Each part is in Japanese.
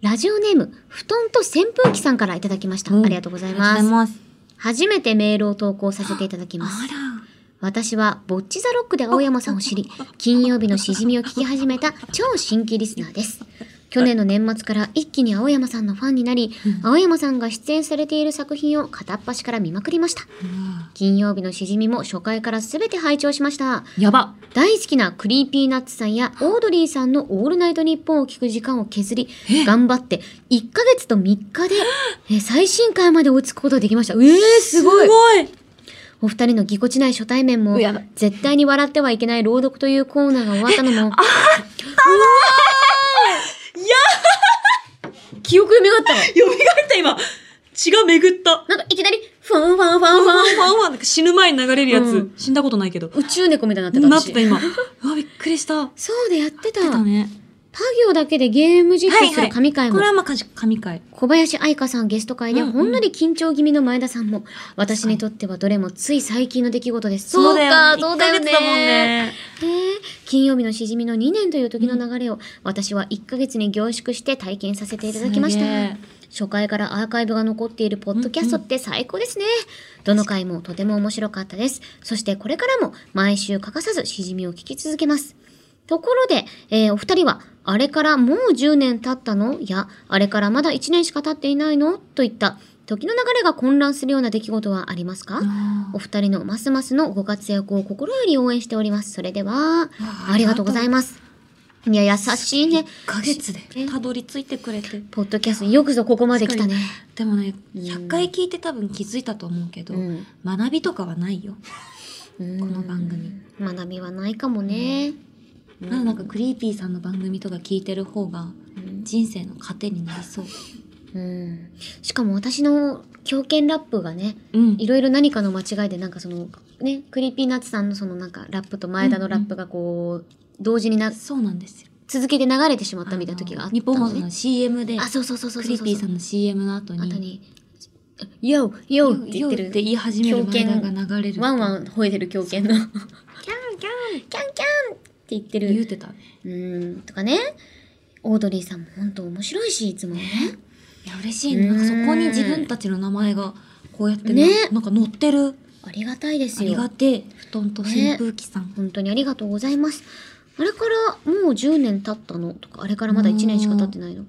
ラジオネーム、布団と扇風機さんからいただきました。うんありがとうございまありがとうございす。ます。初めてメールを投稿させていただきます。あ私は、ボッチザロックで青山さんを知り、金曜日のしじみを聞き始めた超新規リスナーです。去年の年末から一気に青山さんのファンになり、青山さんが出演されている作品を片っ端から見まくりました。金曜日のしじみも初回から全て拝聴しました。ら。やば。大好きなクリーピーナッツさんやオードリーさんの「オールナイトニッポン」を聞く時間を削り頑張って1ヶ月と3日でえー最新回まで追いつくことができましたえー、すごいい。お二人のぎこちない初対面もうやだ絶対に笑ってはいけない朗読というコーナーが終わったのも記憶蘇ったわ蘇った今。血が巡った。なんかいきなりファンファンファンフワンァンワンワンワンなんか死ぬ前に流れるやつ。うん死んだことないけど。宇宙猫みたいになってたなっ私てた今。うわ、びっくりした。そうでやってただね。パ行だけでゲーム実況する神回こもれはまあ、かじ神回。小林愛香さんゲスト会でうんうんほんのり緊張気味の前田さんも、私にとってはどれもつい最近の出来事です。か、そうだよ1ヶ月だもんね。へね。え金曜日のしじみの2年という時の流れを、私は1ヶ月に凝縮して体験させていただきましたすげえ。初回からアーカイブが残っているポッドキャストって最高ですね。どの回もとても面白かったです。そしてこれからも毎週欠かさずしじみを聞き続けます。ところで、えーお二人は、あれからもう10年経ったのや、あれからまだ1年しか経っていないのといった、時の流れが混乱するような出来事はありますか、あお二人のますますのご活躍を心より応援しております。それでは、あありがとうございます。いや、優しいね。 1ヶ月でえたどり着いてくれて。ポッドキャスト、よくぞここまで来たね。でもね、うん100回聞いて多分気づいたと思うけど、うん学びとかはないよ。この番組。学びはないかもね。まだなんかクリーピーさんの番組とか聞いてる方がうん人生の糧になりそう。うん。しかも私の狂犬ラップがね、うんいろいろ何かの間違いでなんかそのねクリーピーナッツさんのそのなんかラップと前田のラップがこう、同時になそうなんですよ。続けて流れてしまったみたいな時があった日本放送のね。 CM で、あそうそうそうそうそうクリーそう。ピーさんの CM の後あとに、に「ようよう」って言よっうてって言るい始める前田が流れる。ワンン。ワン吠えてる狂犬の「キャンキャンキャンキャン」って言って言るうてたね。うんとかねオードリーさんも本当面白いしいつもね。いや、嬉しいね。なんかそこに自分たちの名前がこうやってねね、なんか載ってる。ありがたいですありよが。てえ。布団と扇風機さん。本当にありがとうございます。あれからもう10年経ったのとか、あれからまだ1年しか経ってないの。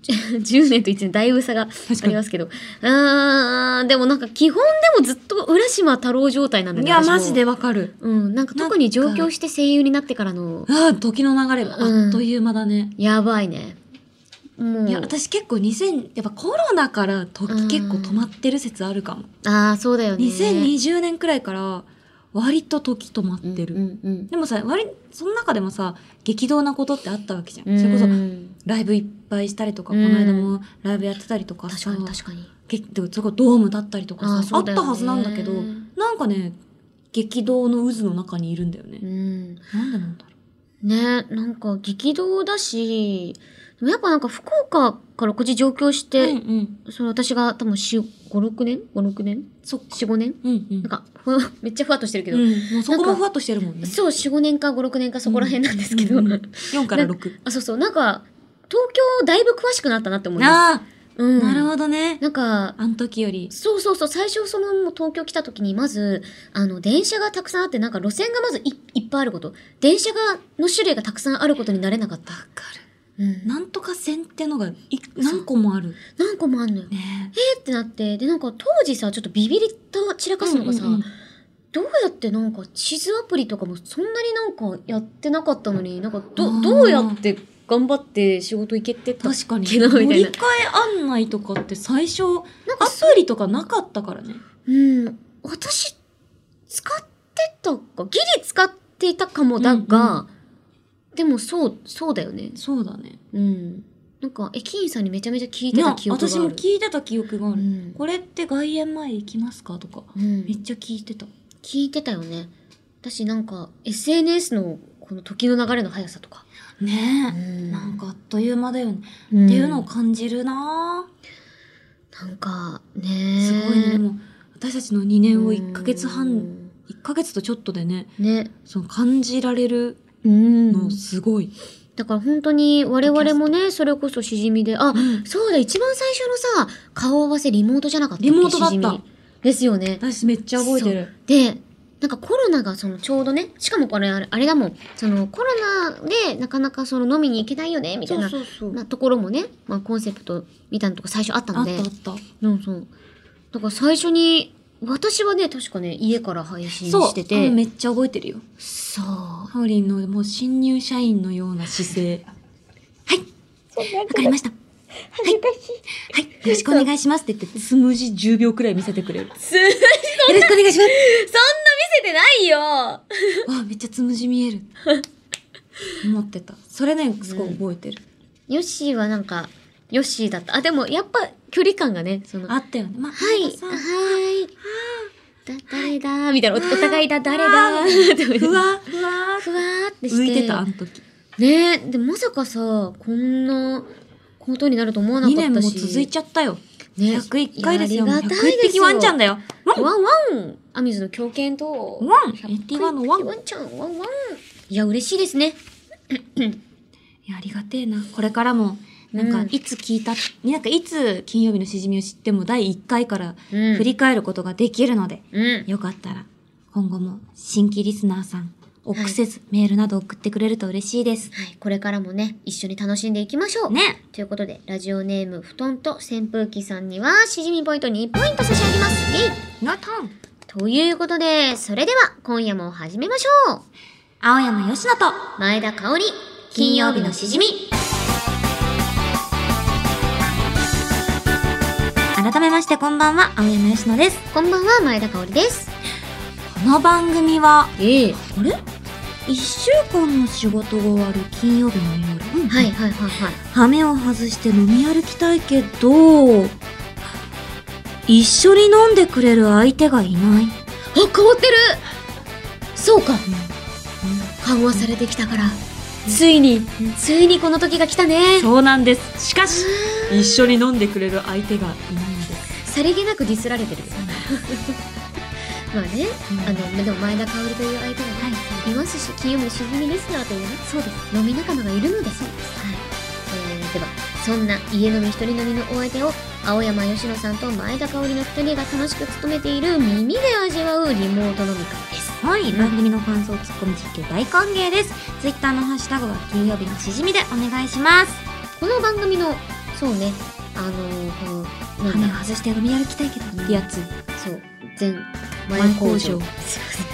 10年と1年だいぶ差がありますけど。あーでもなんか基本でもずっと浦島太郎状態なんだよいね。や、私もマジで。わかる。うん、なんか特に上京して声優になってからの、ああ、時の流れ、うんあっという間だね。やばいね。もう。いや、私結構2000、やっぱコロナから時結構止まってる説あるかも。ああ、そうだよね。 2020年くらいから割と時止まってる。うんうんでもさ、割、その中でもさ、激動なことってあったわけじゃん。うん。それこうそんライブいっぱいしたりとか、うんこの間もライブやってたりとか確さ、かに確かに。げでもそれこそドームだったりとかさ、あーあそうっだよたねはずなんだけど、なんかね、激動の渦の中にいるんだよねう。ん。なんでなんだろねなんか激動だしでもやっぱなんか福岡からこっち上京しう。て、うんうん。その私が多分56年56年そっか。 45年うんうんなん。かふわめっちゃふわっとしてるけど、うん、もうそこなんもかふわっとしてるもんね。そう45年か56年かそこら辺なんですけど、うんうん4から6。あそうそうなんか東京だいぶ詳しくなったなって思います、ああ、うん、なるほどね。なんかあの時より。そうそうそう最初そのもう東京来た時にまずあの電車がたくさんあってなんか路線がまずいいっぱいあること電車がの種類がたくさんあることになれなかった、かうん、なんとか線ってのがい何個もある。何個もあんのよねえーってなってでなんか当時さちょっとビビりと散らかすのがさ、うんうんうんどうやってなんか地図アプリとかもそんなになんかやってなかったのになんかあどーどうやって頑張って仕事行けてた確かに。けどみたいな乗り換え案内とかって最初、なんアかプリとかなかったからね。うん私使ってたかギリ使っていたかもだが、うんでもそうそうだよねそうだね。うんなんか駅員さんにめちゃめちゃ聞いてねた記憶があ私る、も聞いてた記憶があうる。んこれって外苑前行きますかとか。うんめっちゃ聞いてた。聞いてたよね私なんか SNS のこの時の流れの速さとか、ねえ。ななんかあっという間だよね。うんっていうのを感じるなぁなんかねすごいね。でも、私たちの2年を1ヶ月う半、ん1ヶ月とちょっとでね、ねその感じられるうんのすごい。だから本当に我々もね、それこそしじみで、あ、んそうだ、一番最初のさ、顔合わせリモートじゃなかったっけリモートだったしじみですよね。私めっちゃ覚えてる。で、なんかコロナがそのちょうどね、しかもこれあれあれだもん、そのコロナでなかなかその飲みに行けないよね、みたいなうそなところもね、まあコンセプトみたいなとこ最初あったあのっでたあ、った。うんそう。だから最初に、私はね、確かね、家から配信そうしてて、うんめっちゃ覚えてるよ。 そう。ハオリンのもう新入社員のような姿勢。はい。わかりました。恥ずかしい。はい。よろしくお願いしますって言って、スムージー10秒くらい見せてくれる。よすそんな見ろしくお願いします。せてないよわ、めっちゃつむじ見える。思ってた。それね、すごい覚えてる。ヨッシーはなんか、ヨッシーだった。あ、でもやっぱ距離感がね、その、あったよね。まあ、はい、はなんかさーい。だ、誰だみたいな、おお互いだ、誰あだ ーってふわ、ふわ。ふわーってして。浮いてた、あの時。ねえ、でもまさかさ、こんなことになると思わなか2ったし。年も続いちゃったよ。ね101回ですよ。いやありがたい101です匹よワンちゃんだよ。ワンワンワンアミューズの狂犬と、ワワン !81 のワン。ンちゃん、ワンワン。いや、嬉しいですね。いや、ありがてえな。これからも、なんうかん、いつ聞いた、なんか、いつ金曜日のしじみを知っても第1回からうん振り返ることができるので、うん。よかったら、今後も新規リスナーさん、臆せずメールなど送ってくれると嬉しいです。はい、これからもね、一緒に楽しんでいきましょう。ねということで、ラジオネーム、布団と扇風機さんには、しじみポイント2ポイント差し上げます。イェイのトンということで、それでは、今夜も始めましょう青山よしのと、前田香織、金金曜曜日日ののししじじみみ。改めましてこんばんは、青山よしのです。こんばんは、前田香織です。この番組は、ええあれ ?1 週間の仕事が終わる金曜日の夜。はいはいはいはい。羽目を外して飲み歩きたいけど、一緒に飲んでくれる相手がいなあ、い。変わってるそうか。緩和されてきたから。ついに、ついにこの時が来たね。そうなんです。しかし、一緒に飲んでくれる相手がいないんです。さりげなくディスられてる。 まあね、あの、でも前田香織という相手がね、いますし、金曜日のしじみリスナーというね、そうです。飲み仲間がいるので、そうです。はい。えー、では、そんな家飲み一人飲みのお相手を、青山佳乃さんと前田香織の二人が楽しく務めている耳で味わうリモート飲み会です。はい、番組の感想、ツッコミ実況大歓迎です。ツイッターのハッシュタグは金曜日のしじみでお願いします。この番組の、そうね、あのー、この、なんだ羽目を外して飲み歩きたいけどってやつ。そう、全、前前工工場。場すいません。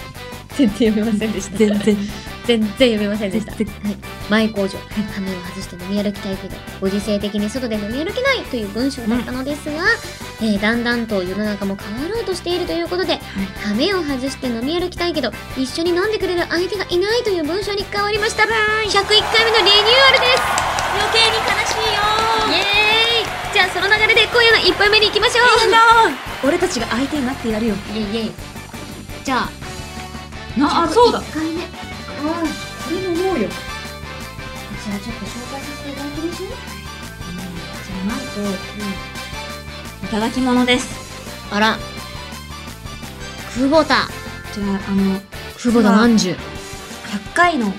全然読めませんでした。全然。全然読めませんでした。は全い、前工場、 羽目を外して飲み歩きたいけど、ご時世的に外で飲み歩けないという文章だったのですが、えーだんだんと世の中も変わろうとしているということで、羽目を外して飲み歩きたいけど、一緒に飲んでくれる相手がいないという文章に変わりました。101回目のリニューアルです余計に悲しイいよエーイじゃあその流れで今夜の一杯目に行きましょう俺たちが相手になってやるよ。イエイイエイじゃあな1回目ああそれ思うよ。じゃあちょっと紹介させていただきましょうじゃあ、まず、いただき物です。あら久保田じゃあ、あの、久保田まんじゅう100回の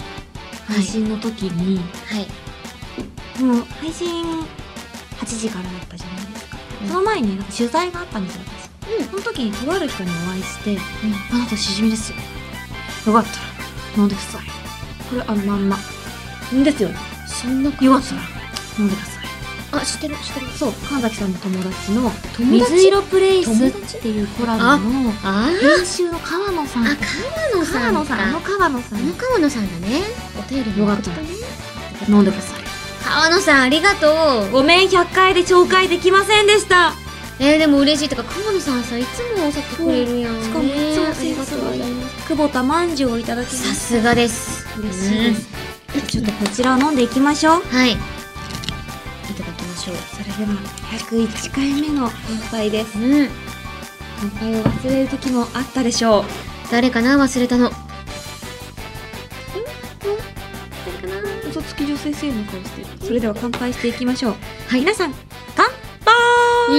配信の時に、はいでも配信8時からだったじゃないですか、うんその前になんか取材があったんですよ私、うんその時にとある人にお会いして「あなたしじみですよよかったら飲んでくださいこれあのまんまんですよよそんなかったら飲んでくださいあ知ってる知ってるそう神崎さんの友達の友達水色プレイスっていうコラムのあー編集の川野さんあ川野さ川ん野さんあかの川野さあんの川野さんだねお便りも送ね飲んでください川野さんありがとうごめん100回で紹介できませんでしたえー、でも嬉しいとか川野さんさいつもお酒くれるやんしかもいつもありがとうございます久保田まんじゅうをいただきまさすすがです嬉しいです、ちょっとこちらを飲んでいきましょううんはいいただきましょうそれでは101回目の乾杯ですうん乾杯を忘れる時もあったでしょう誰かな忘れたの嘘つき女性性の顔してるそれでは乾杯していきましょうはい皆さん乾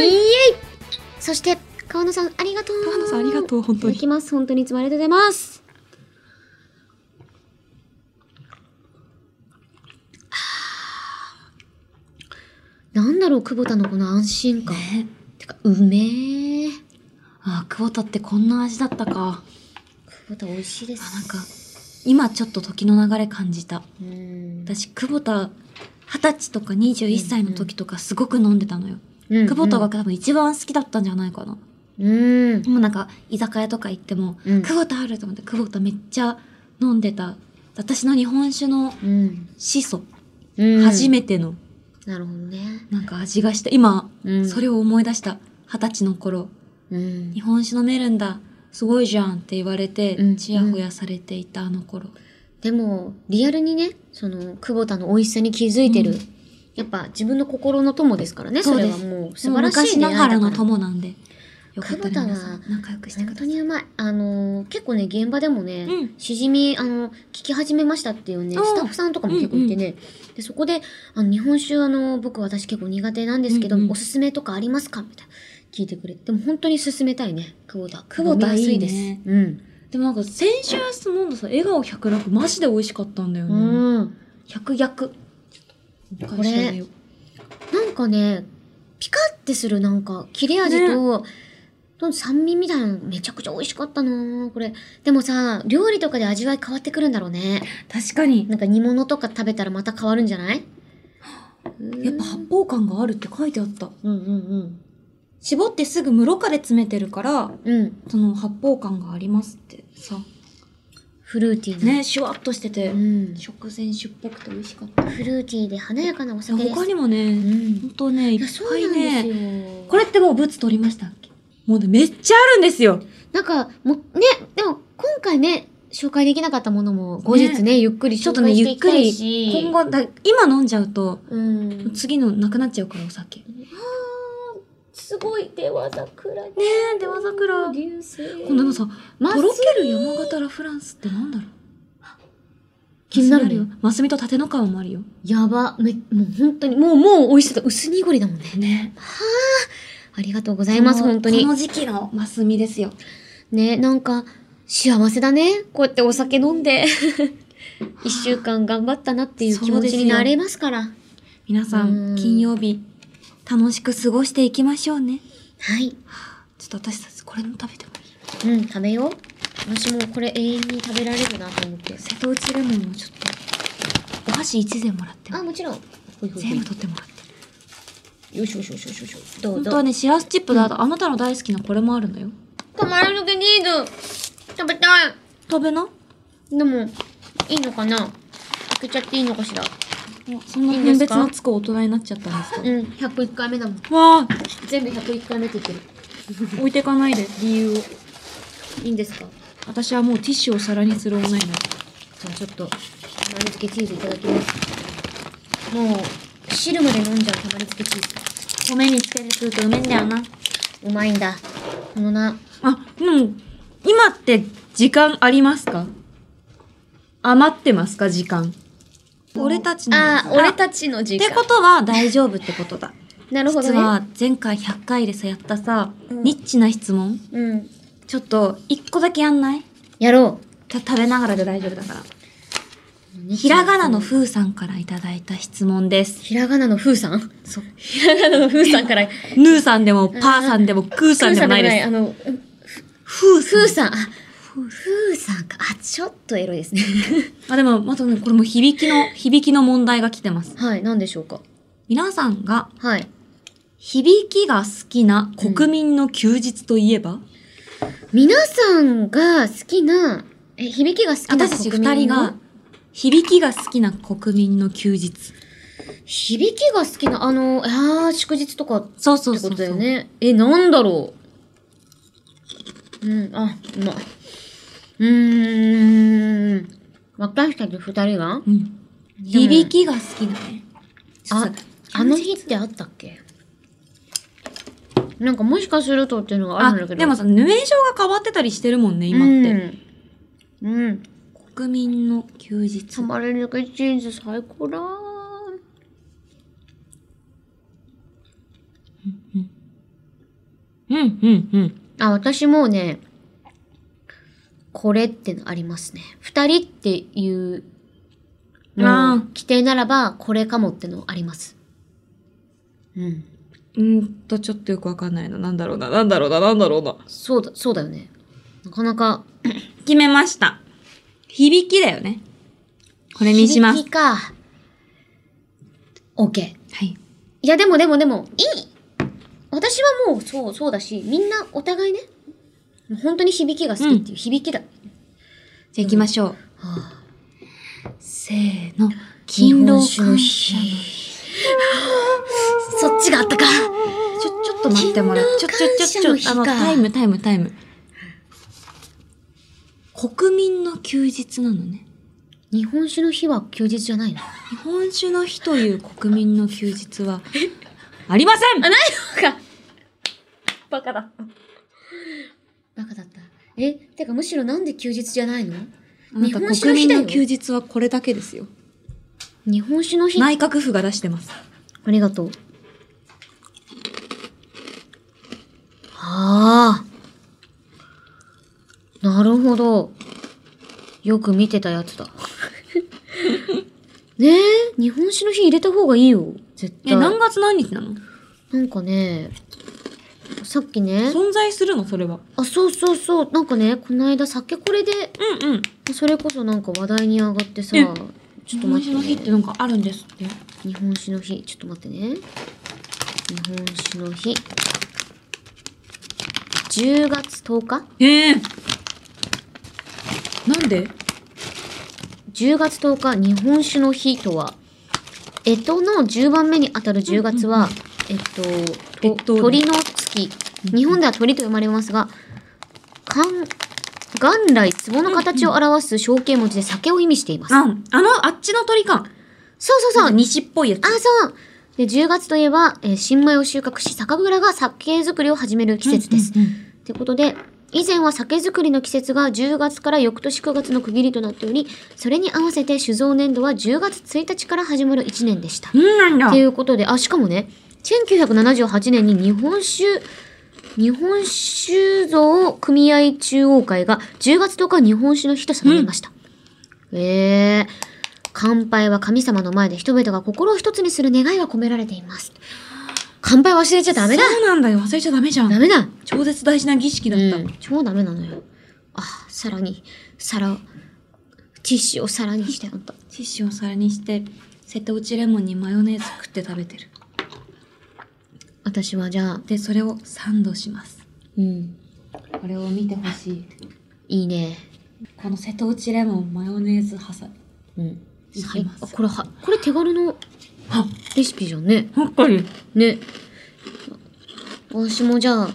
イエ杯イそして川野さんありがとう川野さんありがとう本いた当だにきます本当にいつもありがとうございますあなんだろう、久保田のこの安心感。ねてか、うめえ。あー久保田ってこんな味だったか久保田美味しいです。あなんか今ちょっと時の流れ感じたうん、私久保田二十歳とか21歳の時とかすごく飲んでたのよ、うん久保田が、多分一番好きだったんじゃないかな、うんで。もなんか居酒屋とか行っても、うん久保田あると思って久保田めっちゃ飲んでた私の日本酒のうん。シソ、うん。初めてのなるほどね。なんか味がした今、うんそれを思い出した二十歳の頃うん日。本酒飲めるんだすごいじゃんって言われて、うんちやほやされていたあの頃、でも、リアルにね、その、久保田の美味しさに気づいてる。うんやっぱ自分の心の友ですからね、そそうれではすもう素もう晴らしい昔出な会いだかがららの友なんでよかっ久たら保田は皆さん仲良くして本くだ当さいにうまい。あのー結構ね、現場でもね、うんしじみ、あの、聞き始めましたっていうね、あースタッフさんとかも結構いてね、で、そこで、あの、日本酒、あの、僕私結構苦手なんですけど、うんうんおすすめとかありますかみたいな。聞いてくれて。でも本当に勧めたいね、久保田。久保田いいね飲みやすです。うん。でもなんか先週飲んださ笑顔百楽マジで美味しかったんだよね、うん。百薬これなんかね、ピカってするなんか、切れ味と、の酸味みたいなのめちゃくちゃ美味しかったなこれ。でもさ、料理とかで味わい変わってくるんだろうね。確かになんか煮物とか食べたらまた変わるんじゃないやっぱ発泡感があるって書いてあったうんうん絞ってすぐ室から詰めてるからうん。うん。その発泡感がありますってさフルーティーな。ねシュワッとしてて、うん。食前酒っぽくて美味しかったフルーティーで華やかなお酒です。他にもね、うほん。んとねいいっや、そぱういなんですよね。これってもうブツ取りましたっけもうねめっちゃあるんですよなんか、もう、ね、でも今回ね、紹介できなかったものも後日ね、ゆっくりちょ紹っとね介してゆっいきくたいりし。今後だ今飲んじゃうとうん。次のなくなっちゃうからお酒すごい、では桜ね。ねえ、では桜。流星。こんなのさ、マスミとろける山形ラフランスってなんだろう気になるねマスミあよ。マスミと縦の川もあるよ。やば。め、もう本当に、もう、もう美味しさと薄濁りだもんね。ね。ありがとうございます、本当にこ。の時期のマスミですよ。ね、なんか、幸せだね。こうやってお酒飲ん で。一週間頑張ったなっていう気持ちになれますから。皆さうんん、金曜日、楽しく過ごしていきましょうね。はい。ちょっと私たち、これも食べてもいいうん、食べよう。私もこれ永遠に食べられるなと思って。瀬戸内レモンをちょっと、お箸1膳もらってもあ、もちろん。ほいほいほい全部取ってもらって。よしよしよしよしよし。どう本ぞ。当はね、シラスチップだ、あなたの大好きなこれもあるんだよ。止まらぬけニーズ。食べたい。食べな。でも、いいのかな開けちゃっていいのかしら。そんないいんで分す別かのつく大人になっちゃったんですうん、101回目だもん。けど。わあ、全部101回目って言ってる。置いていかないで、理由を。いいんですか私はもうティッシュを皿にする女になる。じゃあちょっと、たまりつけチーズいただきます。もう、汁まで飲んじゃうたまりつけチー米につけてするとうめんだよな。ズ。うまいんだ。このな、あ、でも、今って時間ありますか余ってますか時間。俺たちの。あー、俺たちの時っ間。てことは大丈夫ってことだ。なるほど実ね。は前回100回でさ、やったさ、うんニッチな質問うん。ちょっと、1個だけやんないやろた食べながらで大丈夫だから。う。ひらがなの。ふうさんからいただいた質問です。ひらがなのふうさんそう。ひらがなのふうさんから。 ふぬーさんでも、ぱーさんでも、くーさんでもないです。あの、ふうさんふうさん。あ、ふうさんか。あ、ちょっとエロいですね。あ、でも、またね、これも響きの、響きの問題が来てます。はい、なんでしょうか。皆さんが、はい。響きが好きな国民の休日といえば、皆さんが好きな、え、響きが好きな私たち二人が、響きが好きな国民の休日。響きが好きな、あの、あー祝日とかってそうそうこそうとだそよう、ね。え、なんだろう。うん、あ、うまい。うーん。私たち二人がうん。響きが好きだね。あちょっとさ、あの日ってあったっけなんかもしかするとっていうのがああ、るんだけど。でもさ、名称が変わってたりしてるもんね、今って。うん。うん。国民の休日た。まれにけチーズ最高だー。うん、うん、うん。あ、私もうね、これってのありますね。二人っていう、もうあー規定ならば、これかもってのあります。うん。うーんと、ちょっとよくわかんないな。なんだろうな、なんだろうな、なんだろうな。そうだ、そうだよね。なかなか。決めました。響きだよね。これにします響。きか。OK。はい。いや、でもでもでも、いい私はもうそう、そうだし、みんなお互いね、本当に響きが好きっていう、響きだ。じゃあ行きましょう。はあせーの。勤勤労労感感謝謝のの日。 そっちがあったか。ちょ、ちょっと待ってもらう。ちょ、ちょ、ちょ、ちょ、あ勤労感謝の日かの、タイム、タイム、タイム。国民の休日なのね。日本酒の日は休日じゃないの日本酒の日という国民の休日 は、ありませんか。バカだ。バカだった。え、てかむしろなんで休日じゃないのあなた日本酒の日国民だよの休日はこれだけですよ。日本酒の日。内閣府が出してます。ありがとう。ああ。なるほど。よく見てたやつ だ。ねえ、日本酒の日入れた方がいいよ。絶対。え、何月何日なのなんかね、さっきね、存在するのそれは。あ、そうそうそう、なんかね、この間酒これで、うんうん。それこそなんか話題に上がってさ、えちょっ日と本待って、酒のね。日ってなんかあるんですって。日本酒の日ちょっと待ってね日本酒の日10月10日ええなんで10月10日日本酒の日とは干支の10番目にあたる10月は、えっとと干鳥支の月日本では鳥と呼ばれますが漢元来壺の形を表す象形文字で酒を意味しています、あ、あの、あっちの鳥か。そうそうそう西っぽいやつ。あ、そう。で、10月といえば、えー新米を収穫し、酒蔵が酒造りを始める季節です。うんうんうんってことで、以前は酒造りの季節が10月から翌年9月の区切りとなっており、それに合わせて酒造年度は10月1日から始まる1年でした。うんなんだっていうことで、あ、しかもね、1978年に日本酒、日本酒造組合中央会が10月10日日本酒の日と定めました。えー、乾杯は神様の前で人々が心を一つにする願いが込められています。乾杯忘れちゃダメだそうなんだよ。忘れちゃダメじゃダん。メだ超絶大事な儀式だった。うん、超ダメなのよ。あ、さらに、皿を、ティッシュを皿に してあんた。ティッシュを皿にして、瀬戸内レモンにマヨネーズ食って食べてる。私はじゃあ、で、それをサンドします。うん、これを見てほしい。いいね。この瀬戸内レモンマヨネーズ挟み。うん。いきますあこれは、これ手軽のあ、レシピじゃんね。ほっこり。ね。私もじゃあ、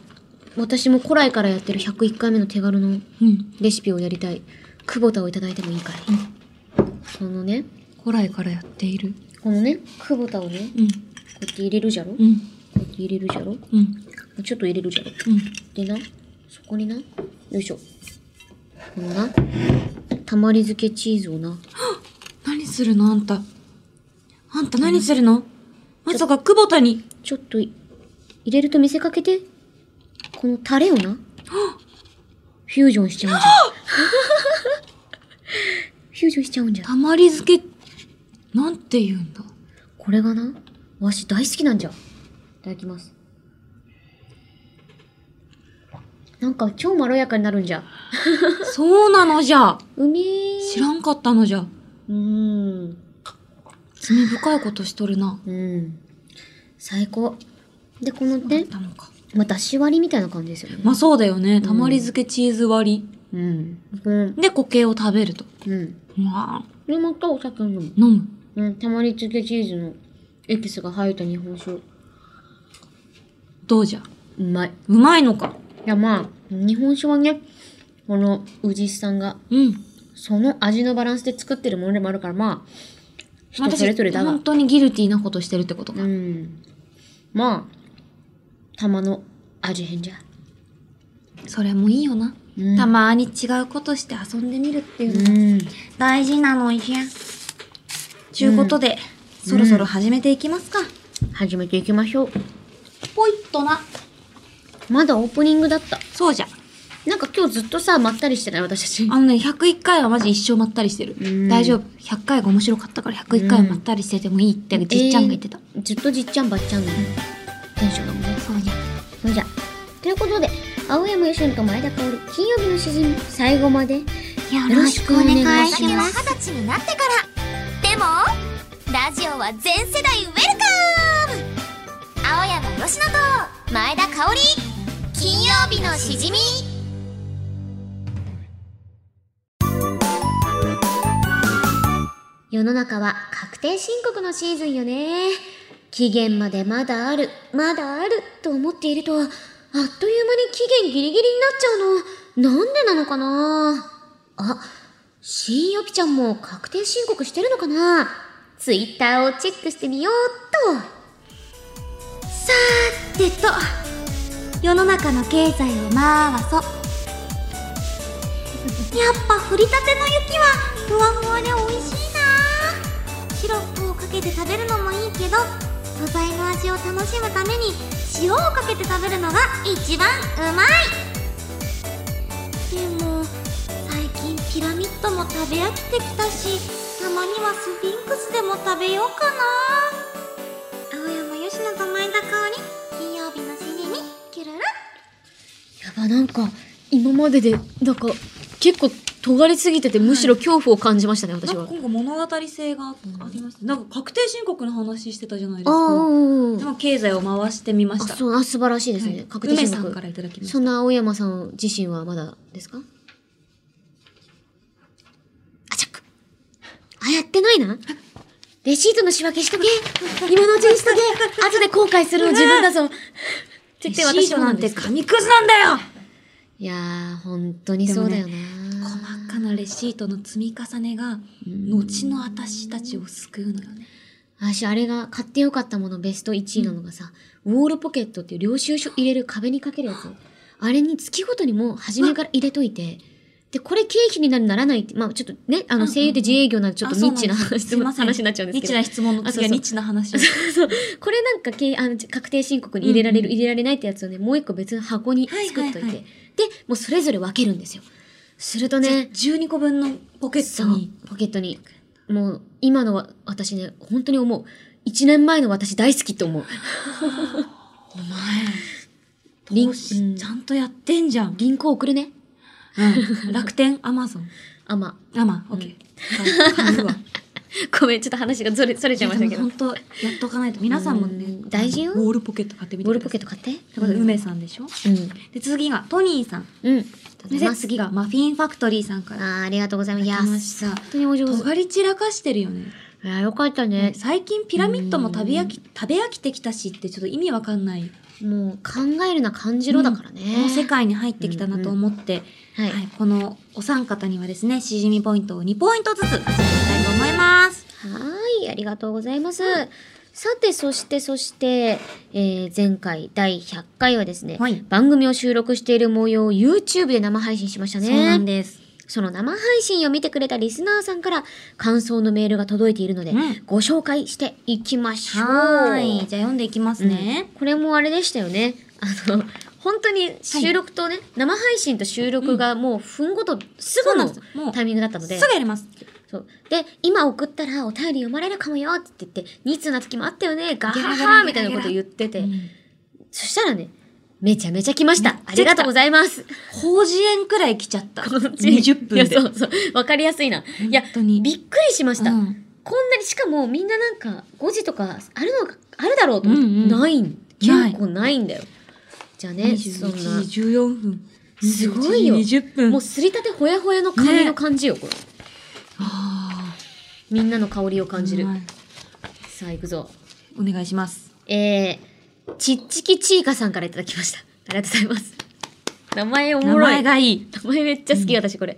私も古来からやってる101回目の手軽のうん。レシピをやりたい。久保田をいただいてもいいかい、このね、古来からやっている。このね、久保田をね、こうん。うやって入れるじゃろ、こうん。うやって入れるじゃろうん。ちょっと入れるじゃろうん。でな、そこにな、よいしょ。このな、たまり漬けチーズをな、何するのあんた。あんた何するのまさか久保田に。ちょっとい入れると見せかけて、このタレをな、フュージョンしちゃうんじゃん。フュージョンしちゃうんじゃん。たまり漬け、なんて言うんだ。これがな、わし大好きなんじゃ。いただきます。なんか超まろやかになるんじゃ。そうなのじゃ。うめえ。知らんかったのじゃ。うーん。罪深いことしとるな。うん。最高。で、このあっね、たのか。まあ、だし割りみたいな感じですよね。まあそうだよね。たまり漬けチーズ割うん。うん。り。で、固形を食べると。うん。うわあで、またお酒飲む。飲む。うん、たまり漬けチーズのエキスが入った日本酒。どうじゃ。うまい。うまいのか。いや、まあ、日本酒はね、この宇治さんが、うん。その味のバランスで作ってるものでもあるから、まあ、人それぞれだが本。当にギルティーなことしてるってことか。うん。まあ、たまの味変じゃ。それもいいよな。うんたまーに違うことして遊んでみるっていううのがん。大事なのいや。ちゅうことで、そろそろ始めていきますか。始めていきましょう。ポイッとな。まだオープニングだった。そうじゃ。なんか今日ずっとさ、まったりしてない私たち。あのね、101回はマジ一生まったりしてる。うん大丈夫。100回が面白かったから101回はまったりしててもいいってじっちゃんが言ってた。えーずっとじっちゃんばっちゃんだね。テンションだもんね。そうね。それじゃ。ということで、青山由伸と前田香織、金曜日の詩人、最後まで、よろしくお願いしまおす。二十歳になってから。でも、ラジオは全世代ウェルカム青山よしのと、前田香織、金曜日のし じみ。世の中は確定申告のシーズンよね。期限までまだある、まだあると思っていると、あっという間に期限ギリギリになっちゃうの。なんでなのかなあ、新予備ちゃんも確定申告してるのかなツイッターをチェックしてみようっと。さーてと、世の中の経済を回そう。やっぱ降りたての雪はふわふわで美味しいなシロップをかけて食べるのもいいけど素材の味を楽しむために塩をかけて食べるのが一番うまいでも最近ピラミッドも食べ飽きてきたしたまにはスフィンクスでも食べようかな青山吉野と前田香織金曜日のしじみキュルルやば、なんか、今までで、なんか、結構、尖りすぎてて、むしろ恐怖を感じましたね、な私んかは。今回物語性がありました、なんか確定申告の話してたじゃないですあかでーも経済を回してみまあ、したそう、あ、素晴らしいですはねい。確定申梅さん告か。らいただきましたそんな青山さん自身はまだですかあちゃく。あ、やってないな。レシートの仕分けしとけ。今のうちにしとけ。後で後悔するの自分だぞ。って言ってレシ私ートもなんて紙くずなんだよいやー、本当にそうだよな、細かなレシートの積み重ねがうん後の私たちを救うのよね私、あれが買ってよかったものベスト1位なのがさ、ウォールポケットっていう領収書入れる壁にかけるやつ。あれに月ごとにもう初めから入れといて、で、これ経費になるならないって、まあちょっとね、あうんうのん声優で自営業なんでちょっとあそうニッなチなんです話すいません話になっちゃうんです日けなど、質問の次はあそうそう日な 話をこれなんかけあの確定申告に入れられる、うんうん入れられないってやつをね、もう一個別の箱に作っといて、はいはいはいで、もうそれぞれ分けるんですよ。するとね、 12個分のポケットにそうポケットにもう今のわ私ね本当に思う1年前の私大好きと思うお前リン投資うんちゃんとやってん じゃん、リンク送るね楽天アマゾンあまアマオッケー買 うわあごめんちょっと話がずれそれちゃいましたけど本当やっとかないと皆さんもねうん大事よウォールポケット買ってみてボーくルだポさいケット買ってということで梅さんでしょうで次がトニーさんんうんで次がマフィンファクトリーさんかあらーありがとうございますい来やま本した当にお上手尖り散らかしてるよねいやよかったね最近ピラミッドも食べ飽き食べ飽きてきたしってちょっと意味わかんないもう考えるな感じろだからねこの世界に入ってきたなと思って、はいはい、このお三方にはですねしじみポイントを2ポイントずつ差し上げたいと思いますはーい、ありがとうございます。さて、そして、そして、えー前回第100回はですね、はい番組を収録している模様を YouTube で生配信しましたね。そうなんですその生配信を見てくれたリスナーさんから感想のメールが届いているので、うんご紹介していきましょう。はーいじゃあ読んでいきますねね、、これもあれでしたよね。あの、本当に収録とね、生配信と収録がもう分ごとすぐそうなんですものうタイミングだったのすで、ぐやりますそう。で、今送ったらお便り読まれるかもよって言って、2通な時もあったよね、ガハハハみたいなこと言ってて、そしたらね、めちゃめちゃ来ました。ありがとうございます。法事園くらい来ちゃった20い分や、でそうそう。わかりやすいな。いや本、当にびっくりしました。うんこんなに、しかもみんななんか5時とかあるのか、あるだろうと思って、うんうんないん。ない結構ないんだよ。じゃあね、 21そ時んな。 14分すごいよ21時20分もうすりたてほやほやの香りのね感じよ、これ。あーみんなの香りを感じるう。まいさあ、行くぞ。お願いしますえー、ちっちきちいかさんからいただきました。ありがとうございます。名前お名もろい。前がいい名前めっちゃ好き、私これ。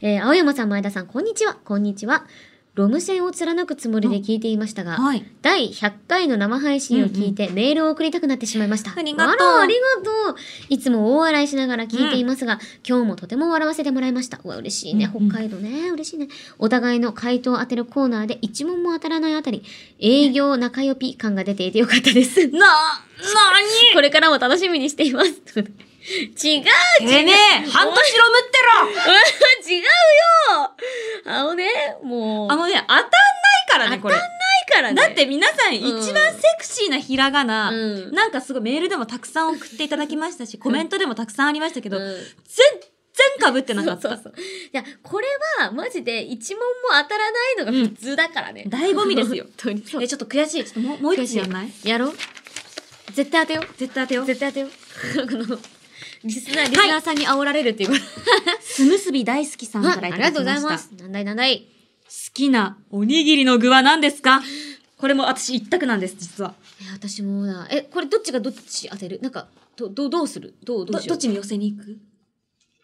えー、青山さん、前田さん、こんにちは。こんにちは。ロム線を貫くつもりで聞いていましたが、はい第100回の生配信を聞いてメールを送りたくなってしまいました。ありがとうあら、ありがとう。いつも大笑いしながら聞いていますが、今日もとても笑わせてもらいました。うわ、嬉しいね。うんうん北海道ね。嬉しいね。お互いの回答を当てるコーナーで一問も当たらないあたり、営業仲良ぴ感が出ていてよかったです。な、なに これからも楽しみにしています。 違うてめえ、半年ロムって違うよあのね、もう。ろあのね、当たんないからね、これ。当たんないからね。だって皆さん一うん番セクシーなひらがな、うんなんかすごいメールでもたくさん送っていただきましたし、コメントでもたくさんありましたけど、う全ん然被ってなかっそた。うそうそういや、これはマジで一問も当たらないのが普通だからね。醍醐味で すよ。当にそうえ、ちょっと悔しい。ちょっともうもう一つやんないやろう絶対当てよう。絶対当てよう。絶対当てよう。 この、リスナー、リスナーさんに煽られるっていうこと。すむすび大好きさんあからあいたりがだきとうござまいしまた。す。なんだいなんだい。好きなおにぎりの具は何ですかこれも私一択なんです、実は。え私もだ。え、これどっちがどっち当てるなんか、ど、どう、どうするどう、どどうしよどうっちに寄せに行く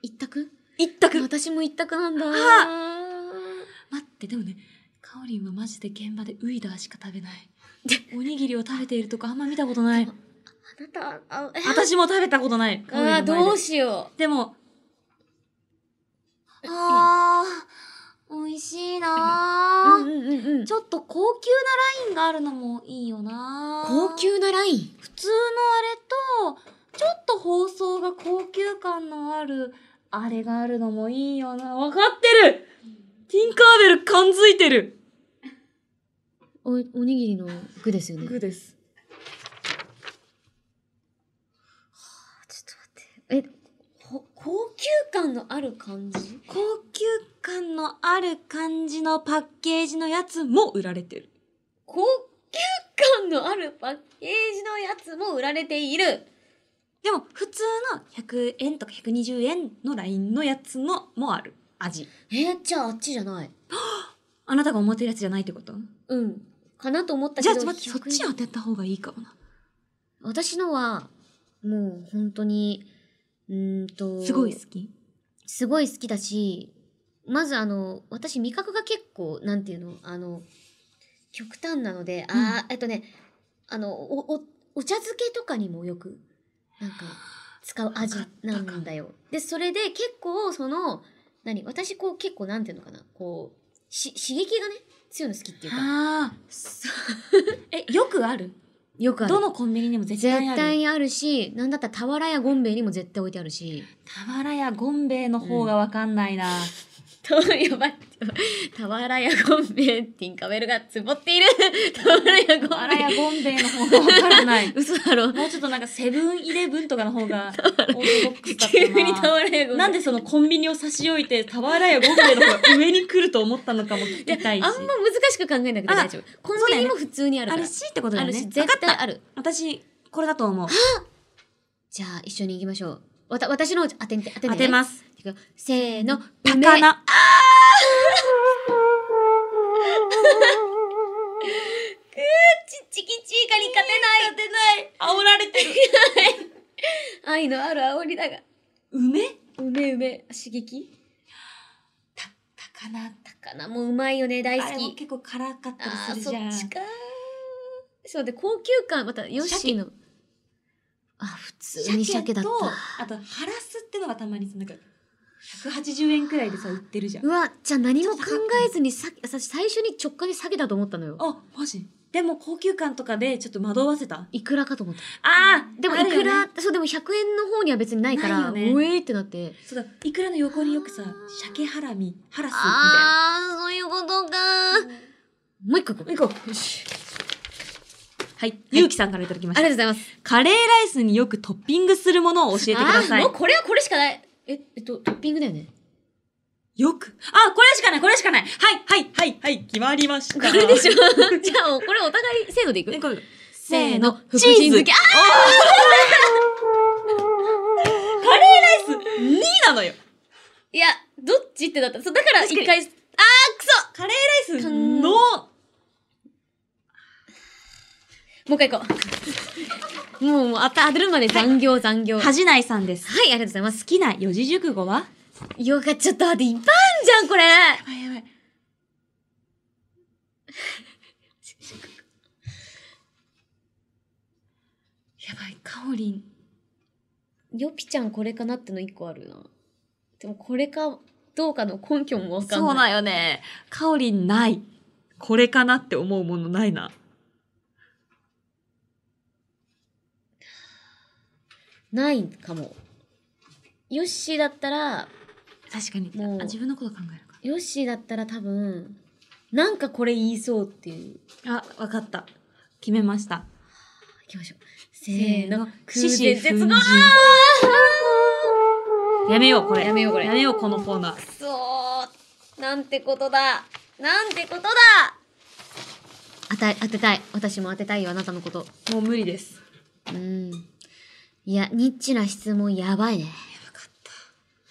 一択一択私も一択なんだ。待って、でもね、かおりんはマジで現場でウイダーしか食べない。おにぎりを食べているとこあんま見たことない。あなた、あ、え私も食べたことない。かおりんのあ前ー、でどうしよ。でも、あー、美味しいうなうんうんうんうん。ちょっと高級なラインがあるのもいいよな高級なライン。普通のあれと、ちょっと包装が高級感のある、あれがあるのもいいよなわかってるティンカーベル感づいてるお、おにぎりの具ですよね。グです。ちょっと待って。え、ほ高級感のある感じ高級感のある感じのパッケージのやつも売られてる。高級感のあるパッケージのやつも売られている。でも、普通の100円とか120円のラインのやつのもある。味。えーじゃああっちじゃない。あなたが思ってるやつじゃないってことうん。かなと思ったけじゃど。あ、ちょっと待って、そっ100円ち当てた方がいいかもな。私のは、もう本当に、うーんと。すごい好き。すごい好きだし、まずあの、私味覚が結構、なんていうの、あの、極端なので、あー、えっとね、あの、お、お、お茶漬けとかにもよく、なんか、使う味なんだよ。で、それで結構、その、何私こう結構、なんていうのかな、こう、し、刺激がね、強いの好きっていうか、ああ。 え、よくあるよくある。どのコンビニにも絶絶対ある。対あるし、なんだったら俵やゴンベイにも絶対置いてあるし。俵やゴンベイの方がわか んないな。と呼ばれて、俵やゴンベイ、ティンカベルがつぼって いる。俵やゴンベ俵イ。やゴンベイの方がわからない。嘘だろ。もうちょっとなんかセブンイレブンとかの方がオーソドックスだっ た急な。に俵やゴンベイ。なんでそのコンビニを差し置いて俵やゴンベイの方が上に来ると思ったのかも聞きたあいんし。ま難しく考えなくて大丈夫。コンビニも普通にあるあから。るしってことだあよるね。し、絶対ある。私、これだと思う。じゃあ、一緒に行きましょう。わた、私の当てんて、当てん当てね。てます。いくよ。せーの、梅高菜。ちチキチーカに勝てない勝てない煽られてる。愛のある煽りだが。梅梅梅、刺激高菜。高菜もうまいよね、大あ好れもき。結構辛かったりあすーるそじゃん。っちかーそうで高級感またヨッシーのあ普通に鮭だっとたあとハラスってのがたまにさなんか180円くらいでさ売ってるじゃんうわじゃあ何も考えずにさ私最初に直感で鮭だと思ったのよあマジでも高級感とかでちょっと惑わせたいくらかと思ったあーでもあいるよくねら、そうでも100円の方には別にないからないよねうえーってなってそうだいくらの横によくさ鮭ハラミハラスみあーそういうことかもう一個行こたいうな行こうはい、ゆうきさんからいただきまあしりがたとうございますカレーライスによくトッピングするものを教えてくださあーいもうこれはこれしかないええっとトッピングだよねよくあこれしかないこれしかないはいはいはいはい決まりましたこれでしょ じゃあもうこれお互いせーのでいくえこれせーのチーズ福神漬けあカレーライス2位なのよーいやどっちってなったそうだから一回カレーライスうんのもう一回行こう。もう、もう、あた、当てるまで残業、残業。はい、恥じないさんです。ありがとうございます好。きな四字熟語はよかっちょっと待って、いっぱいあんじゃん、これ。やばい やばい。やばい、かおりん。よぴちゃんこれかなっての一個あるな。でも、これか、どうかの根拠もわかんそうない。だよね。かおりんない。これかなって思うものないな。ないかも。ヨッシーだったら、確かに。もうあ自分のこと考えるかヨッシーだったら多分、なんかこれ言いそうっていう。ら。あ、わかった。決めました。きましょう。せーの。獅子絶絶やめよう、これ。やめようこれやめよう、このコーナー。そう。なんてことだ。なんてことだ。当た、当てたい。私も当てたいよ、あなたのこと。もう無理です。うん。いや、ニッチな質問やばいね。わかっ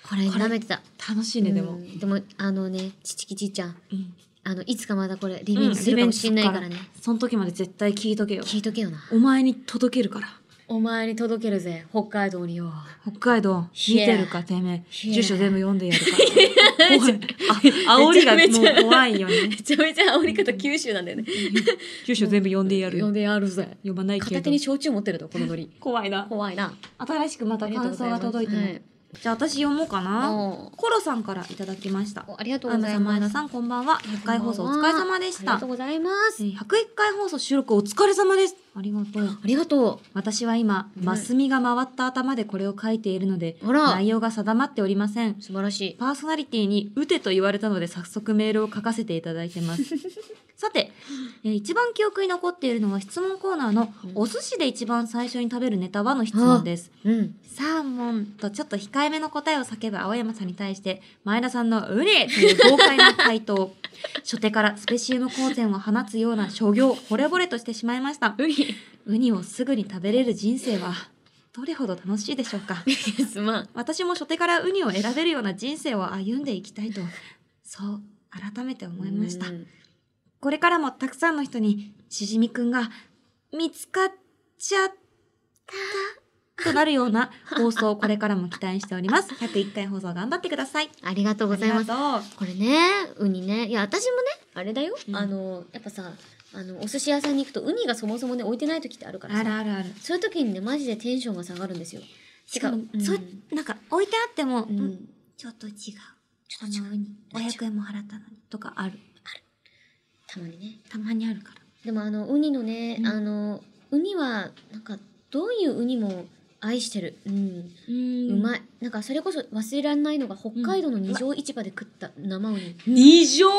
これ、これ舐めてた。た。楽しいね、でも。ううんんでも、あのね、ちちきちいちゃん。あの、いつかまたこれ、リうベんンジするかもしんないからね。その時まで絶対聞いとけよ。聞いとけよな。お前に届けるから。お前に届けるぜ、北海道によ。北海道、 Yeah 見てるか、てめえ。 Yeah 住所全部読んでやるから。 怖い。あ、煽りがめちゃめちゃもう怖いよね。めちゃめちゃ煽り方九州なんだよね。住所全部読んでやる呼よん。でやるぜ。読まないけど。片手に焼酎持ってると、このノリ。怖いな。怖いな。新しくまた感想が届いてあねりがとうじゃあ私読もうかな。ございますはいコロさんからいただきました。おありがとうアごンナざさいん、前ま田す。さん、こんばんは。100回放送お疲れ様でしありたがとう。ございまえす。ー101回放送収録お疲れ様です。ありがとう。ありがと私は今、マスミが回った頭でこれを書いているので、あら内容が定まっておりませんう。。素晴らしい。パーソナリティに打てと言われたので早速メールを書かせていただいて ます。さて、えー一番記憶に残っているのは質問コーナーのうんお寿司で一番最初に食べるネタはの質問です。うん。サーモンとちょっと控えめの答えを叫ぶ青山さんに対して、前田さんのウネという豪快な回答。初手からスペシウム光線を放つような諸行、惚れ惚れとしてしまいました。ウニ。ウニをすぐに食べれる人生は、どれほど楽しいでしょうかすまん。私も初手からウニを選べるような人生を歩んでいきたいと、そう、改めて思いましたう。んこれからもたくさんの人に、しじみくんが、見つかっちゃった、となるよう な放送をこれからも期待しております。101回放送頑張ってください。ありがとうございます。ありがとこれね、ウニね。いや、私もね、あれだよ。うんあの、やっぱさ、あの、お寿司屋さんに行くと、ウニがそもそもね、置いてない時ってあるかう。らあるさ。あるある。そういう時にね、マジでテンションが下がるんですよ。しかも、うんそう、なんか置いてあっても、ううんん。ちょっと違う。このウニ、500円も払ったのに、とかある。たまにね。たまにあるから。でも、あの、ウニのね、うんあの、ウニは、なんか、どういうウニも愛してる。うん。ううんまい。なんか、それこそ忘れられないのが、北海道の二条市場で食った生ウニ。二条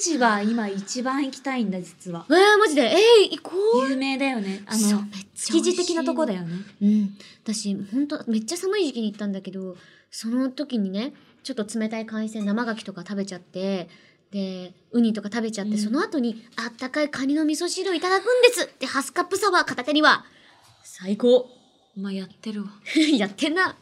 市場、今一番行きたいんだ、実は。えー、マジでえー、行こう有名だよね。あそうの、めっちゃ美築味しい地的なとこだよね。うん、私本当めっちゃ寒い時期に行ったんだけどその時にねちょっと冷たい海鮮生牡蠣とか食べちゃってでウニとか食べちゃって、うんその後にあったかいカニの味噌汁をいただくんですでハスカップサワー片手には最高 お前やってるわ。やってんな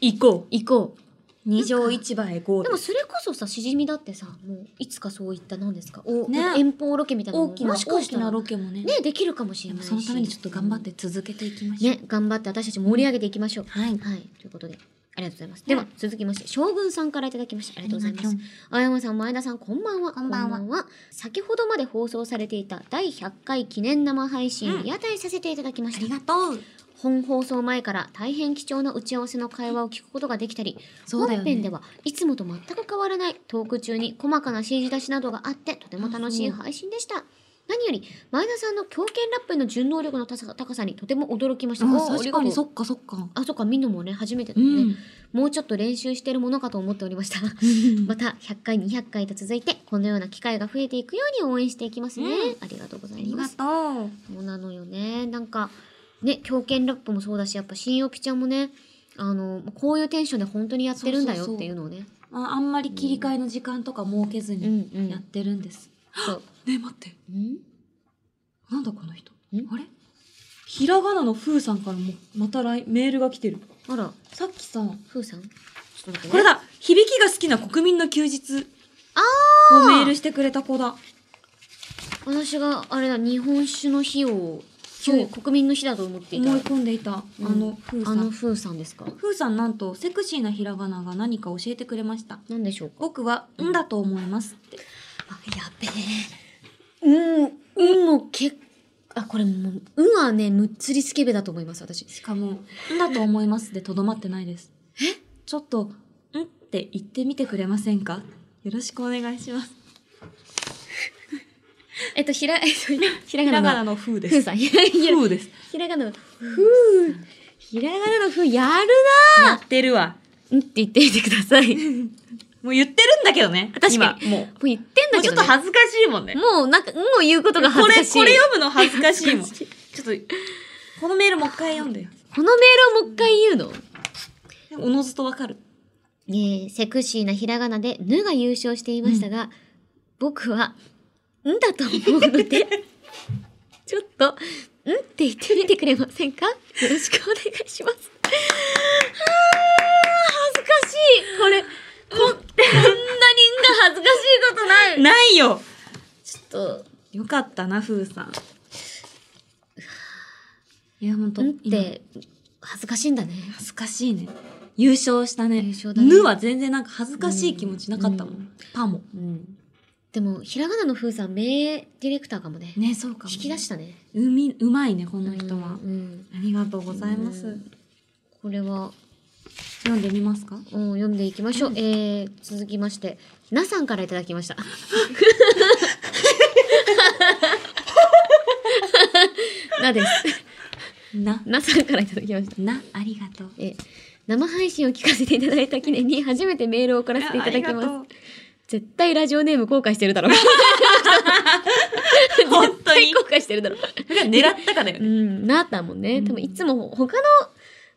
行こ行こう。二条市場へ行こううでもそれこそさしじみだってさもういつかそういった何ですかお、ねなんか遠方ロケみたいなの大もきな、もしかしたら大きなロケもね。ねできるかもしれなでもいしそのためにちょっと頑張って続けていきましょう。ね頑張って私たち盛り上げていきましょうはい。はい、ということで、ありがとうございます。では、続きまして、将軍さんからいただきました。ありがとうございます。青山さん、前田さん、こんばんは。こんばんは先ほどまで放送されていた第100回記念生配信、うん屋台させていただきましあた。りがとう。本放送前から大変貴重な打ち合わせの会話を聞くことができたり、そうだよ本ね編ではいつもと全く変わらないトーク中に細かな指示出しなどがあってとても楽しいあそう配信でした。何より前田さんの狂犬ラップへの順応力の高さ高さにとても驚きました。おーあ確かありに、がとそうっかそっか。あ、そっか、みんなもね、初めてだうね。 ん。もうちょっと練習してるものかと思っておりました。また100回、200回と続いて、このような機会が増えていくように応援していきますね。うんありがとうござ あいりまがす。とう。そうなのよね。なんか、ね、狂犬ラップもそうだし、やっぱ新沖ちゃんもね、あの、こういうテンションで本当にやってるんだよっていうのをね。ああんまり切り替えの時間とか設けずうにんうん。やってるんです。そう。ねえ待って。んなんだこの人。んあれひらがなのふうさんからもまた来メールが来てる。あら、さっきさ、ふうさんちょっと待って、ね。これだ響きが好きな国民の休日をメールしてくれた子だ。私が、あれだ、日本酒の日を、そう国民の日だと思っていた。思い込んでいた、うんあの、ふうさあのん。ふうさんですかふうさんなんと、セクシーなひらがなが何か教えてくれました。何でしょうか僕は、んだと思いますって。あ、やべえ。うん、うんの結あ、これもう、うんはね、むっつりスケベだと思います、私。しかも、んだと思いますでとどまってないです。えちょっと、んって言ってみてくれませんかよろしくお願いします。えっと、ひら、えっと、ひらひらががななの、のふうでふうす。さん。ひらひらふうです。 ひらがなの、ふう。ひらがなのふう、やるやってるわ。 なうんって言ってみてください。もう言ってるんだけどね。確かに。もう。もう言ってんもだうけちょど、っね。と恥ずかしいもんね。もうなんか、うんを言うことが恥こずれ、かしい。これ読むの恥ずかしいもん。ちょっと、このメールもう一回読ん でよ。このメールをもう一回言うのおのずとわかる。えーセクシーなひらがなで、ぬが優勝していましたが、僕は、んだと思うので、 ちょっと、んって言ってみてくれませんかよろしくお願いします。あー恥ずかしいこれ、こ、こん なにんが恥ずかしいことないないよちょっと、よかったな、ふうさん。いや、ほんと。んって、恥ずかしいんだね。恥ずかしいね。優勝したね。優勝だねぬは全然なんか恥ずかしい気持ちなかったもん。うパも。うん。でも、ひらがなの風さん、名ディレクターかもね。ね、そうかも、引き出したね。うみ、うまいね、この人は。うん。ありがとうございます。うんこれは、読んでみますかうん、読んでいきましょう。えー、続きまして、なさんからいただきました。なです。な、なさんからいただきました。な、ありがとう。えー生配信を聞かせていただいた記念に初めてメールを送らせていただきあありがます。とう絶対ラジオネーム後悔してるだろう。本当 に。後悔してるだろう。 狙ったかだようね。ん、なったもんね。うん多分いつも他の、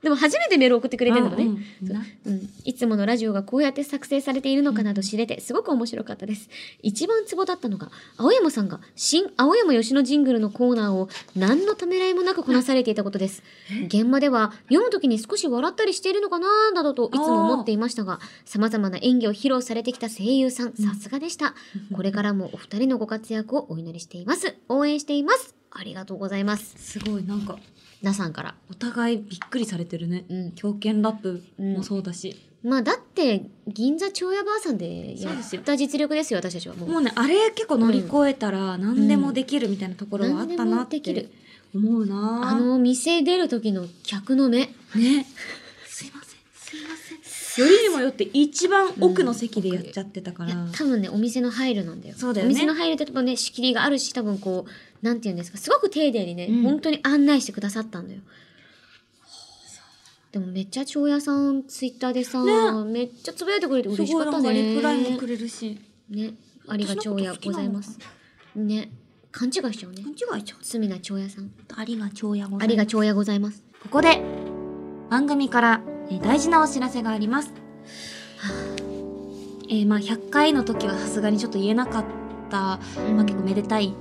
でも初めてメール送ってくれてるのね。うんなうん、いつものラジオがこうやって作成されているのかなど知れてすごく面白かったです。一番ツボだったのが、青山さんが新青山吉野ジングルのコーナーを何のためらいもなくこなされていたことです。現場では読むときに少し笑ったりしているのかななどといつも思っていましたが、様々な演技を披露されてきた声優さん、さすがでした。これからもお二人のご活躍をお祈りしています。応援しています。ありがとうございます。すごい、なんか、なさんから。お互いびっくりされてるね。うん狂犬ラップもそうだし。まあだって銀座長屋ばあさんでやそうですよった実力ですよ私たちはもうもうね、あれ結構乗り越えたら何でもできるみたいなところはあったなっ何でもできてる思うなあの店出る時の客の目ね。すいません、すいません。よりにもよって一番奥の席でやっちゃってたかいら。や多分ねお店の配慮なんだよそうだよねお店の配慮って多分ね仕切りがあるし多分こうなんていうんですかすごく丁寧にね、うん本当に案内してくださったんだよでもめっちゃ長屋さんツイッターでさ、ねめっちゃつぶやいてくれて嬉すしかごっいなたんかねリプライもくれるし。ねありが長屋ございますね勘違いしちゃうね勘違いちゃう。罪な長屋さんありが長屋ござあいりまがす。長屋ございますここで、番組からえー大事なお知らせがあります。えー、まあ100回の時はさすがにちょっと言えなかった、まあ結構めでたい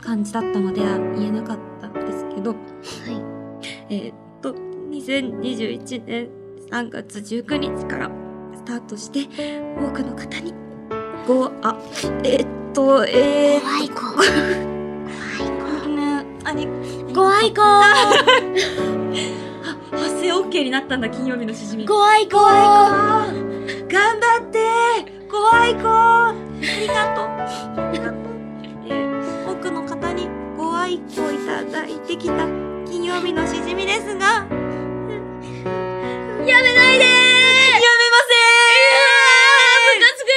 感じだったのであ言えなかったんですけど、はいえーっと、2021年3月19日からスタートして、多くの方に、ご、あ、えーっと、えー、ご愛顧ね、あれ、ご 愛顧発声 OK になったんだ、金曜日のしじみ。ご愛顧頑張ってご愛顧ありがとうありがとう、えー多くの方にご愛顧いただいてきた金曜日のしじみです がやめないでやめませんムカつく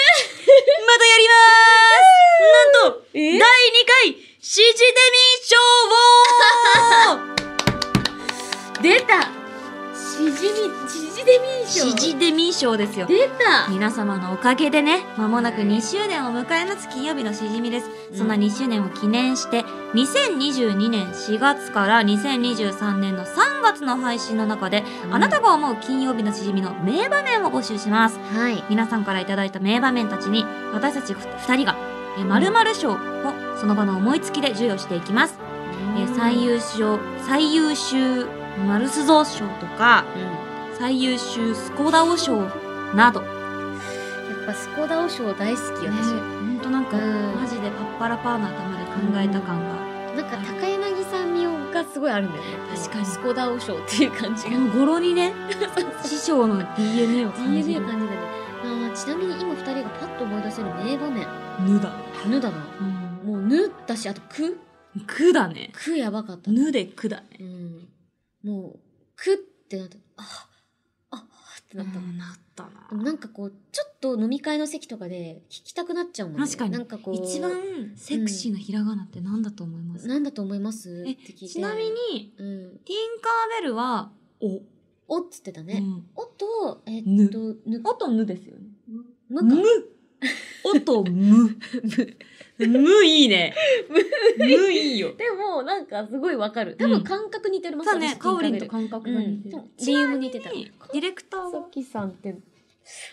またやりますなんと第2回しじデミ出賞 たしじみ、しじデミー賞をしじデミ賞ですよ出た皆様のおかげでね、まもなく2周年を迎えます金曜日のしじみです。そんな2周年を記念して、2022年4月から2023年の3月の配信の中で、あなたが思う金曜日のしじみの名場面を募集します。はい皆さんからいただいた名場面たちに、私たち2人が、え〇〇賞をその場の思いつきで授与していきます。えー最優秀、最優秀、マルスゾー賞とか、最優秀スコダオ賞など、やっぱスコダオ賞大好きね、よ、本当なんか、うんマジでパッパラパーな頭で考えた感が、私なんか高柳さん味がすごいあるんだよね確かにスコダオ賞っていう感じこがの語呂 にね師匠の DNA を感じ DNA る感じだねあーちなみに今二人がパッと思い出せる名場面ぬだ、ぬだなうん、もうぬだしあとくくだねくやばかったねぬでくだねうんもうくってなってあああってなった、うんなったなでもなんかこうちょっと飲み会の席とかで聞きたくなっちゃうもんね確かになんかこう一番セクシーなひらがなって何だと思います、なんだと思いますえって聞いてちなうみにん、ティンカーベルはお、おっつってたね、うんおと、えっぬと、ぬ、おとぬですよね無 む。音む。むい いね。むいいよ。でも、なんかすごいわかる。多分感覚似てる。まさね、かおりんとか。感覚うが似ん。てでるも。理由も似てた。ディレクターさはきさんって。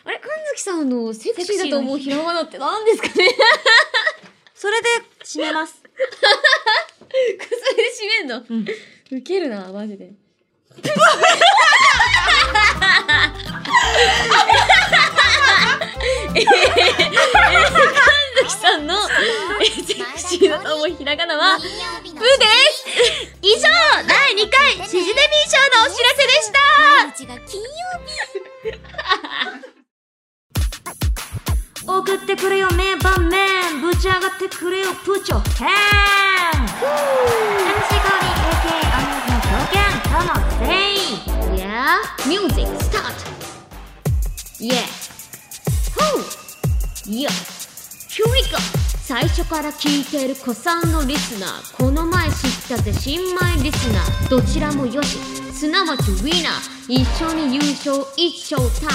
あれ、神崎さんのセクシーだと思うセクひらがなって何ですか ねそれで締めます。それで締めんのうん。ウケるな、マジで。えー、えー神崎さんのえーセクシーだと思うひらがなは、金曜日のブです以上、第2回、シジデミー賞のお知らせでした毎日が金曜送ってくれよ名盤面ぶち上がってくれよプチョヘン MC 香り AK アミューズの狂犬カモ全員 Yeah, music start. Yeah. Ho. Yeah. Here we go. 最初から聞いている子さんのリスナー、この前知ったぜ新米リスナー、どちらもよし、すなわちウィナー、一緒に優勝、一勝タ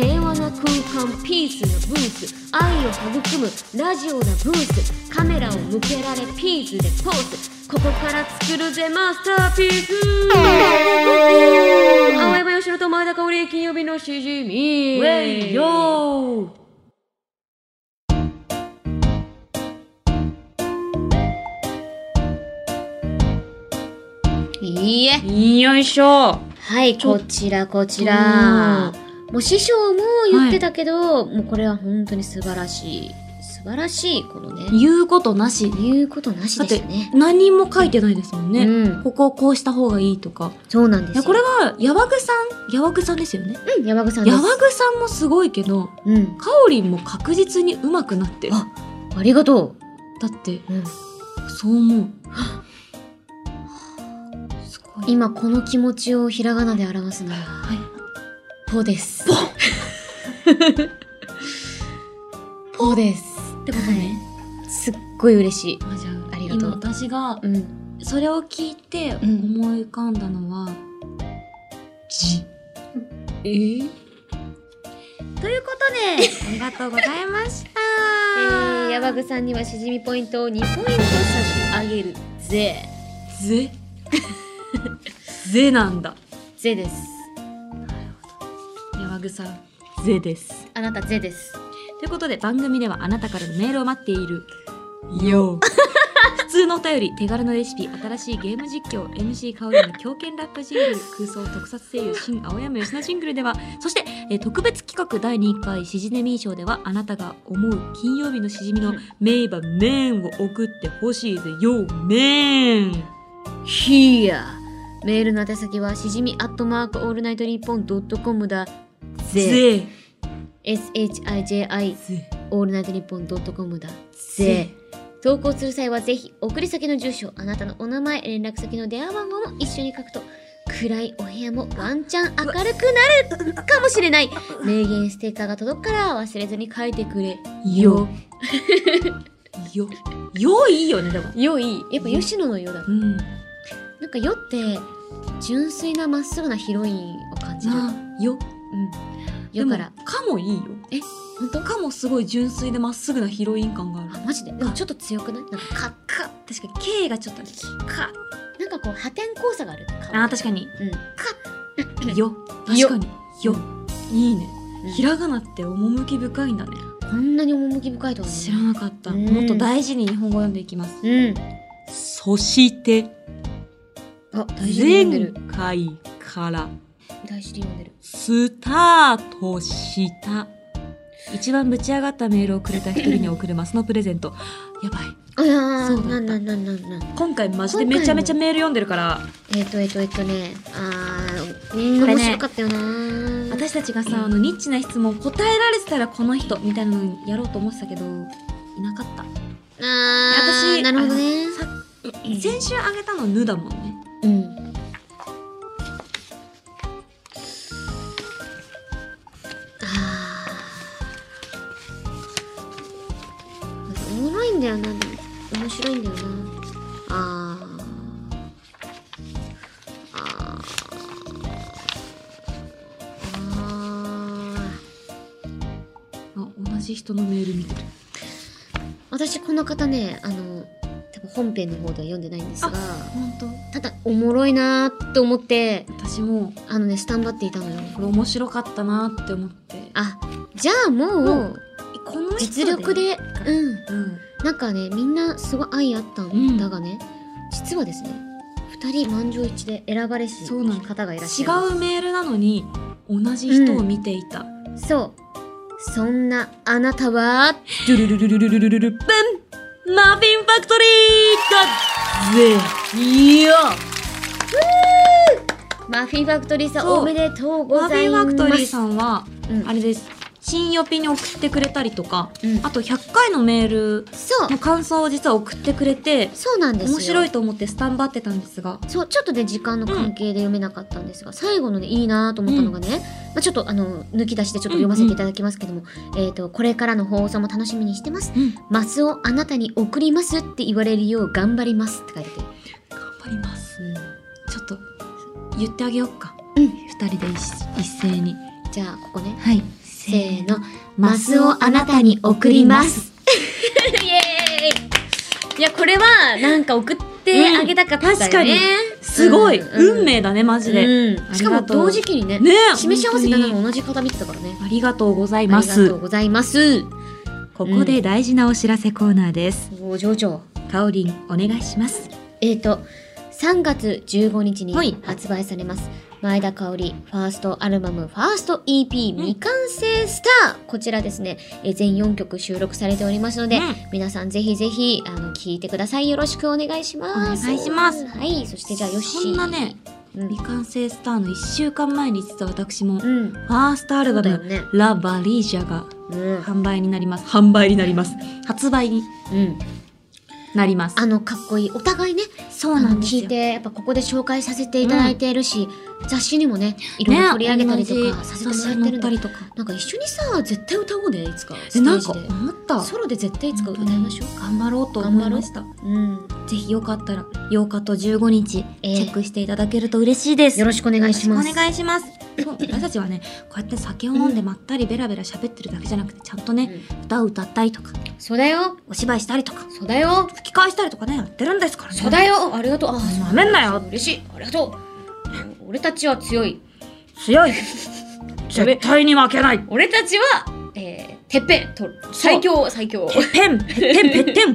イム、平和な空間、ピースなブース、愛を育む、ラジオなブース、カメラを向けられ、ピースでポーズ、ここから作るぜマスターピース青山よしと前田香織金曜日のしじみウェイヨーいいえよいしょはいちょこっちらこちらもう師匠も言ってたけど、もうこれは本当に素晴らしい素晴らしいこのね言うことなし言うことなしでしたね何も書いてないですもんね、うんここをこうした方がいいとかそうなんですいやよこれはヤワグさんヤワグさんですよねうん山口さんでヤすワグさんもすごいけどうんカオリンも確実に上手くなってるあありがとだってう、うん、そう思うすごい今この気持ちをひらがなで表すのははいポですポですってことね、すっごい嬉しいあじゃあありがと今う私がうんそれを聞いてん思い浮かんだのは「じ、えということで ありがとうございました。えー、ヤバグさんにはしじみポイントを2ポイント差し上げるぜぜ ぜなんだ。ぜですやわぐさんぜです。あなたぜですということで番組ではあなたからのメールを待っているよ 普通のお便り手軽なレシピ新しいゲーム実況 MC 香りの狂犬ラップジングル空想特撮声優新青山吉野ジングルではそして、えー特別企画第2回しじねみー賞ではあなたが思う金曜日のしじみの名場面を送ってほしいぜよめん Here メールの宛先はしじみアットマークオールナイトニッポンドットコムだぜぜ SHIJI ぜオールナイトニッポンドットコムだぜ投稿する際はぜひ送り先の住所あなたのお名前連絡先の電話番号も一緒に書くと暗いお部屋もワンチャン明るくなるかもしれない名言ステッカーが届くから忘れずに書いてくれ よよよいいよねでもよいやっぱ吉野のよだうんなんかよって純粋なまっすぐなヒロインを感じるなあようんよでかもらかもいいよえ本当かもすごい純粋でまっすぐなヒロイン感があるあマジででもちょっと強くないなんかかか確かに K がちょっとねかなんかこう破天荒さがある顔あー確かにうんよ確よかによいいねうんひらがなって趣深いんだねこんなに趣深いとは知ら思なかったうんもっと大事に日本語を読んでいきますううんそしてあ大事に読んで前る回から大事に読んでるスタートした一番ぶち上がったメールをくれた一人に送るマスのプレゼントやばいああそうだったなんなんなんなんなん今回マジでめちゃめちゃメール読んでるからえっ、とえっ、とえっ、とねあーみんこなれ面ね白かったよなー、私たちがさあのニッチな質問答えられてたらこの人みたいなのやろうと思ってたけどいなかったあー私なるほどねさ先週あげたの「ぬ」だもんねうんあーおもろいんだよなでも面白いんだよなあーあーああじ人のメール見てる。私この方ねあの多分本編の方では読んでないんですが本当。ただおもろいなーって思って私もあのねスタンバっていたのよこれ面白かったなって思って。あじゃあもうこの人実力。でうんうん。なんかねみんなすごい愛あったんだがね、実はですね2人満場一致で選ばれしそうなんだ方がいらっし違ゃるうメールなのに同じ人を見ていた。そうそんなあなたはドゥルルルルルルルルルブンマフィンファクトリーだぜいやマフィンファクトリーさんそうおめでとうごマフざィいンまファすクトリーさんは、うんあれです。新予備に送ってくれたりとか、うんあと100回のメールそうの感想を実は送ってくれて、そうなんですよ面白いと思ってスタンバってたんですが、そうちょっとね時間の関係で読めなかったんですが、最後のねいいなと思ったのがね、まあ、ちょっとあの抜き出してちょっと読ませていただきますけども、えっ、とこれからの放送も楽しみにしてますうん、頑マスをあなたに送りますって言われるよう頑張りますって書いてて張ります。ちょっと言ってあげようか。二人で一一斉に。じゃあここねはい。せせーーのの。マスをあなたに送ります。イエーイいやこれはなんか送ってあげたかったよね、うん確かにすごい、うん運命だね、マジで。うん、しかも同時期にねねえ示し合わせたの本当が同じ方見てたからねにありがとうございあまりがとすう。ございますここで大事なお知らせコーナーです。お嬢々かおりん、お願いします。えー、と3月15日にはい発売されます、前田香織ファーストアルバムファースト EP 未完成スター、こちらですね、えー全4曲収録されておりますので、うん皆さんぜひぜひあの聞いてくださいよろしくお願いしますお願いしますはいそしてじゃあよっしーそんなね、うん未完成スターの1週間前に実は私も、うフんァーストアルバそうだよム、ねラ・バリージャがうん、販売になります。販売になります。発売にうん、なります。あのかっこいいお互いねそあの聞いてやっぱここで紹介させていただいているし、雑誌にもねいろいろ取り上げたりとかさせてもらってるんだりとか。なんか一緒にさ絶対歌おうねいつかステえ、ーなんジかで思った。ソロで絶対いつか歌いましょう頑張ろうと思いました。うんぜひよかったら8日と15日チええェックしていただけると嬉しいです。よろしくお願いしますよろくお願いします。そう私たちはね、こうやって酒を飲んでまったりベラベラ喋ってるだけじゃなくて、ちゃんとね、歌を歌ったりとか、そうだよお芝居したりとか、そうだよ吹き返したりとかね、やってるんですからね。そうだよありがとうあなめんなよ。嬉しいありがとう俺たちは強い強い。絶対に負けない。俺たちは、えー、てっぺん取る最強最強ぺっぺん、ぺってん、ぺってん、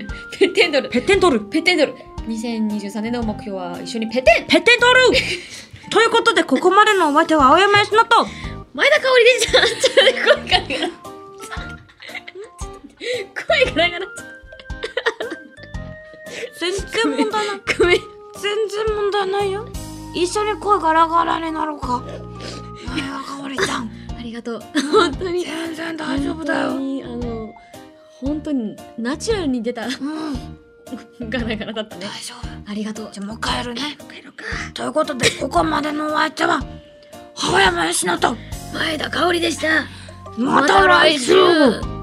ペテンドルぺってん取る。ペテンドル2023年の目標は一緒にペテンぺってん取るということで、ここまでのお相手は青山佳乃と、前田香織でしたちょっと声が声がなくなっちゃっ全然問題ない。たごめん全然問題ないよ一緒に声ガラガラになろうか前田香織ちゃんありがとう本当に全然大丈夫だよ本当にあの本当にナチュラルに出た うんガラガラだったね大丈夫ありがとうじゃあもう帰るね帰ろうかということでここまでのお相手は青山佳乃と前田香織でしたまた来週また来週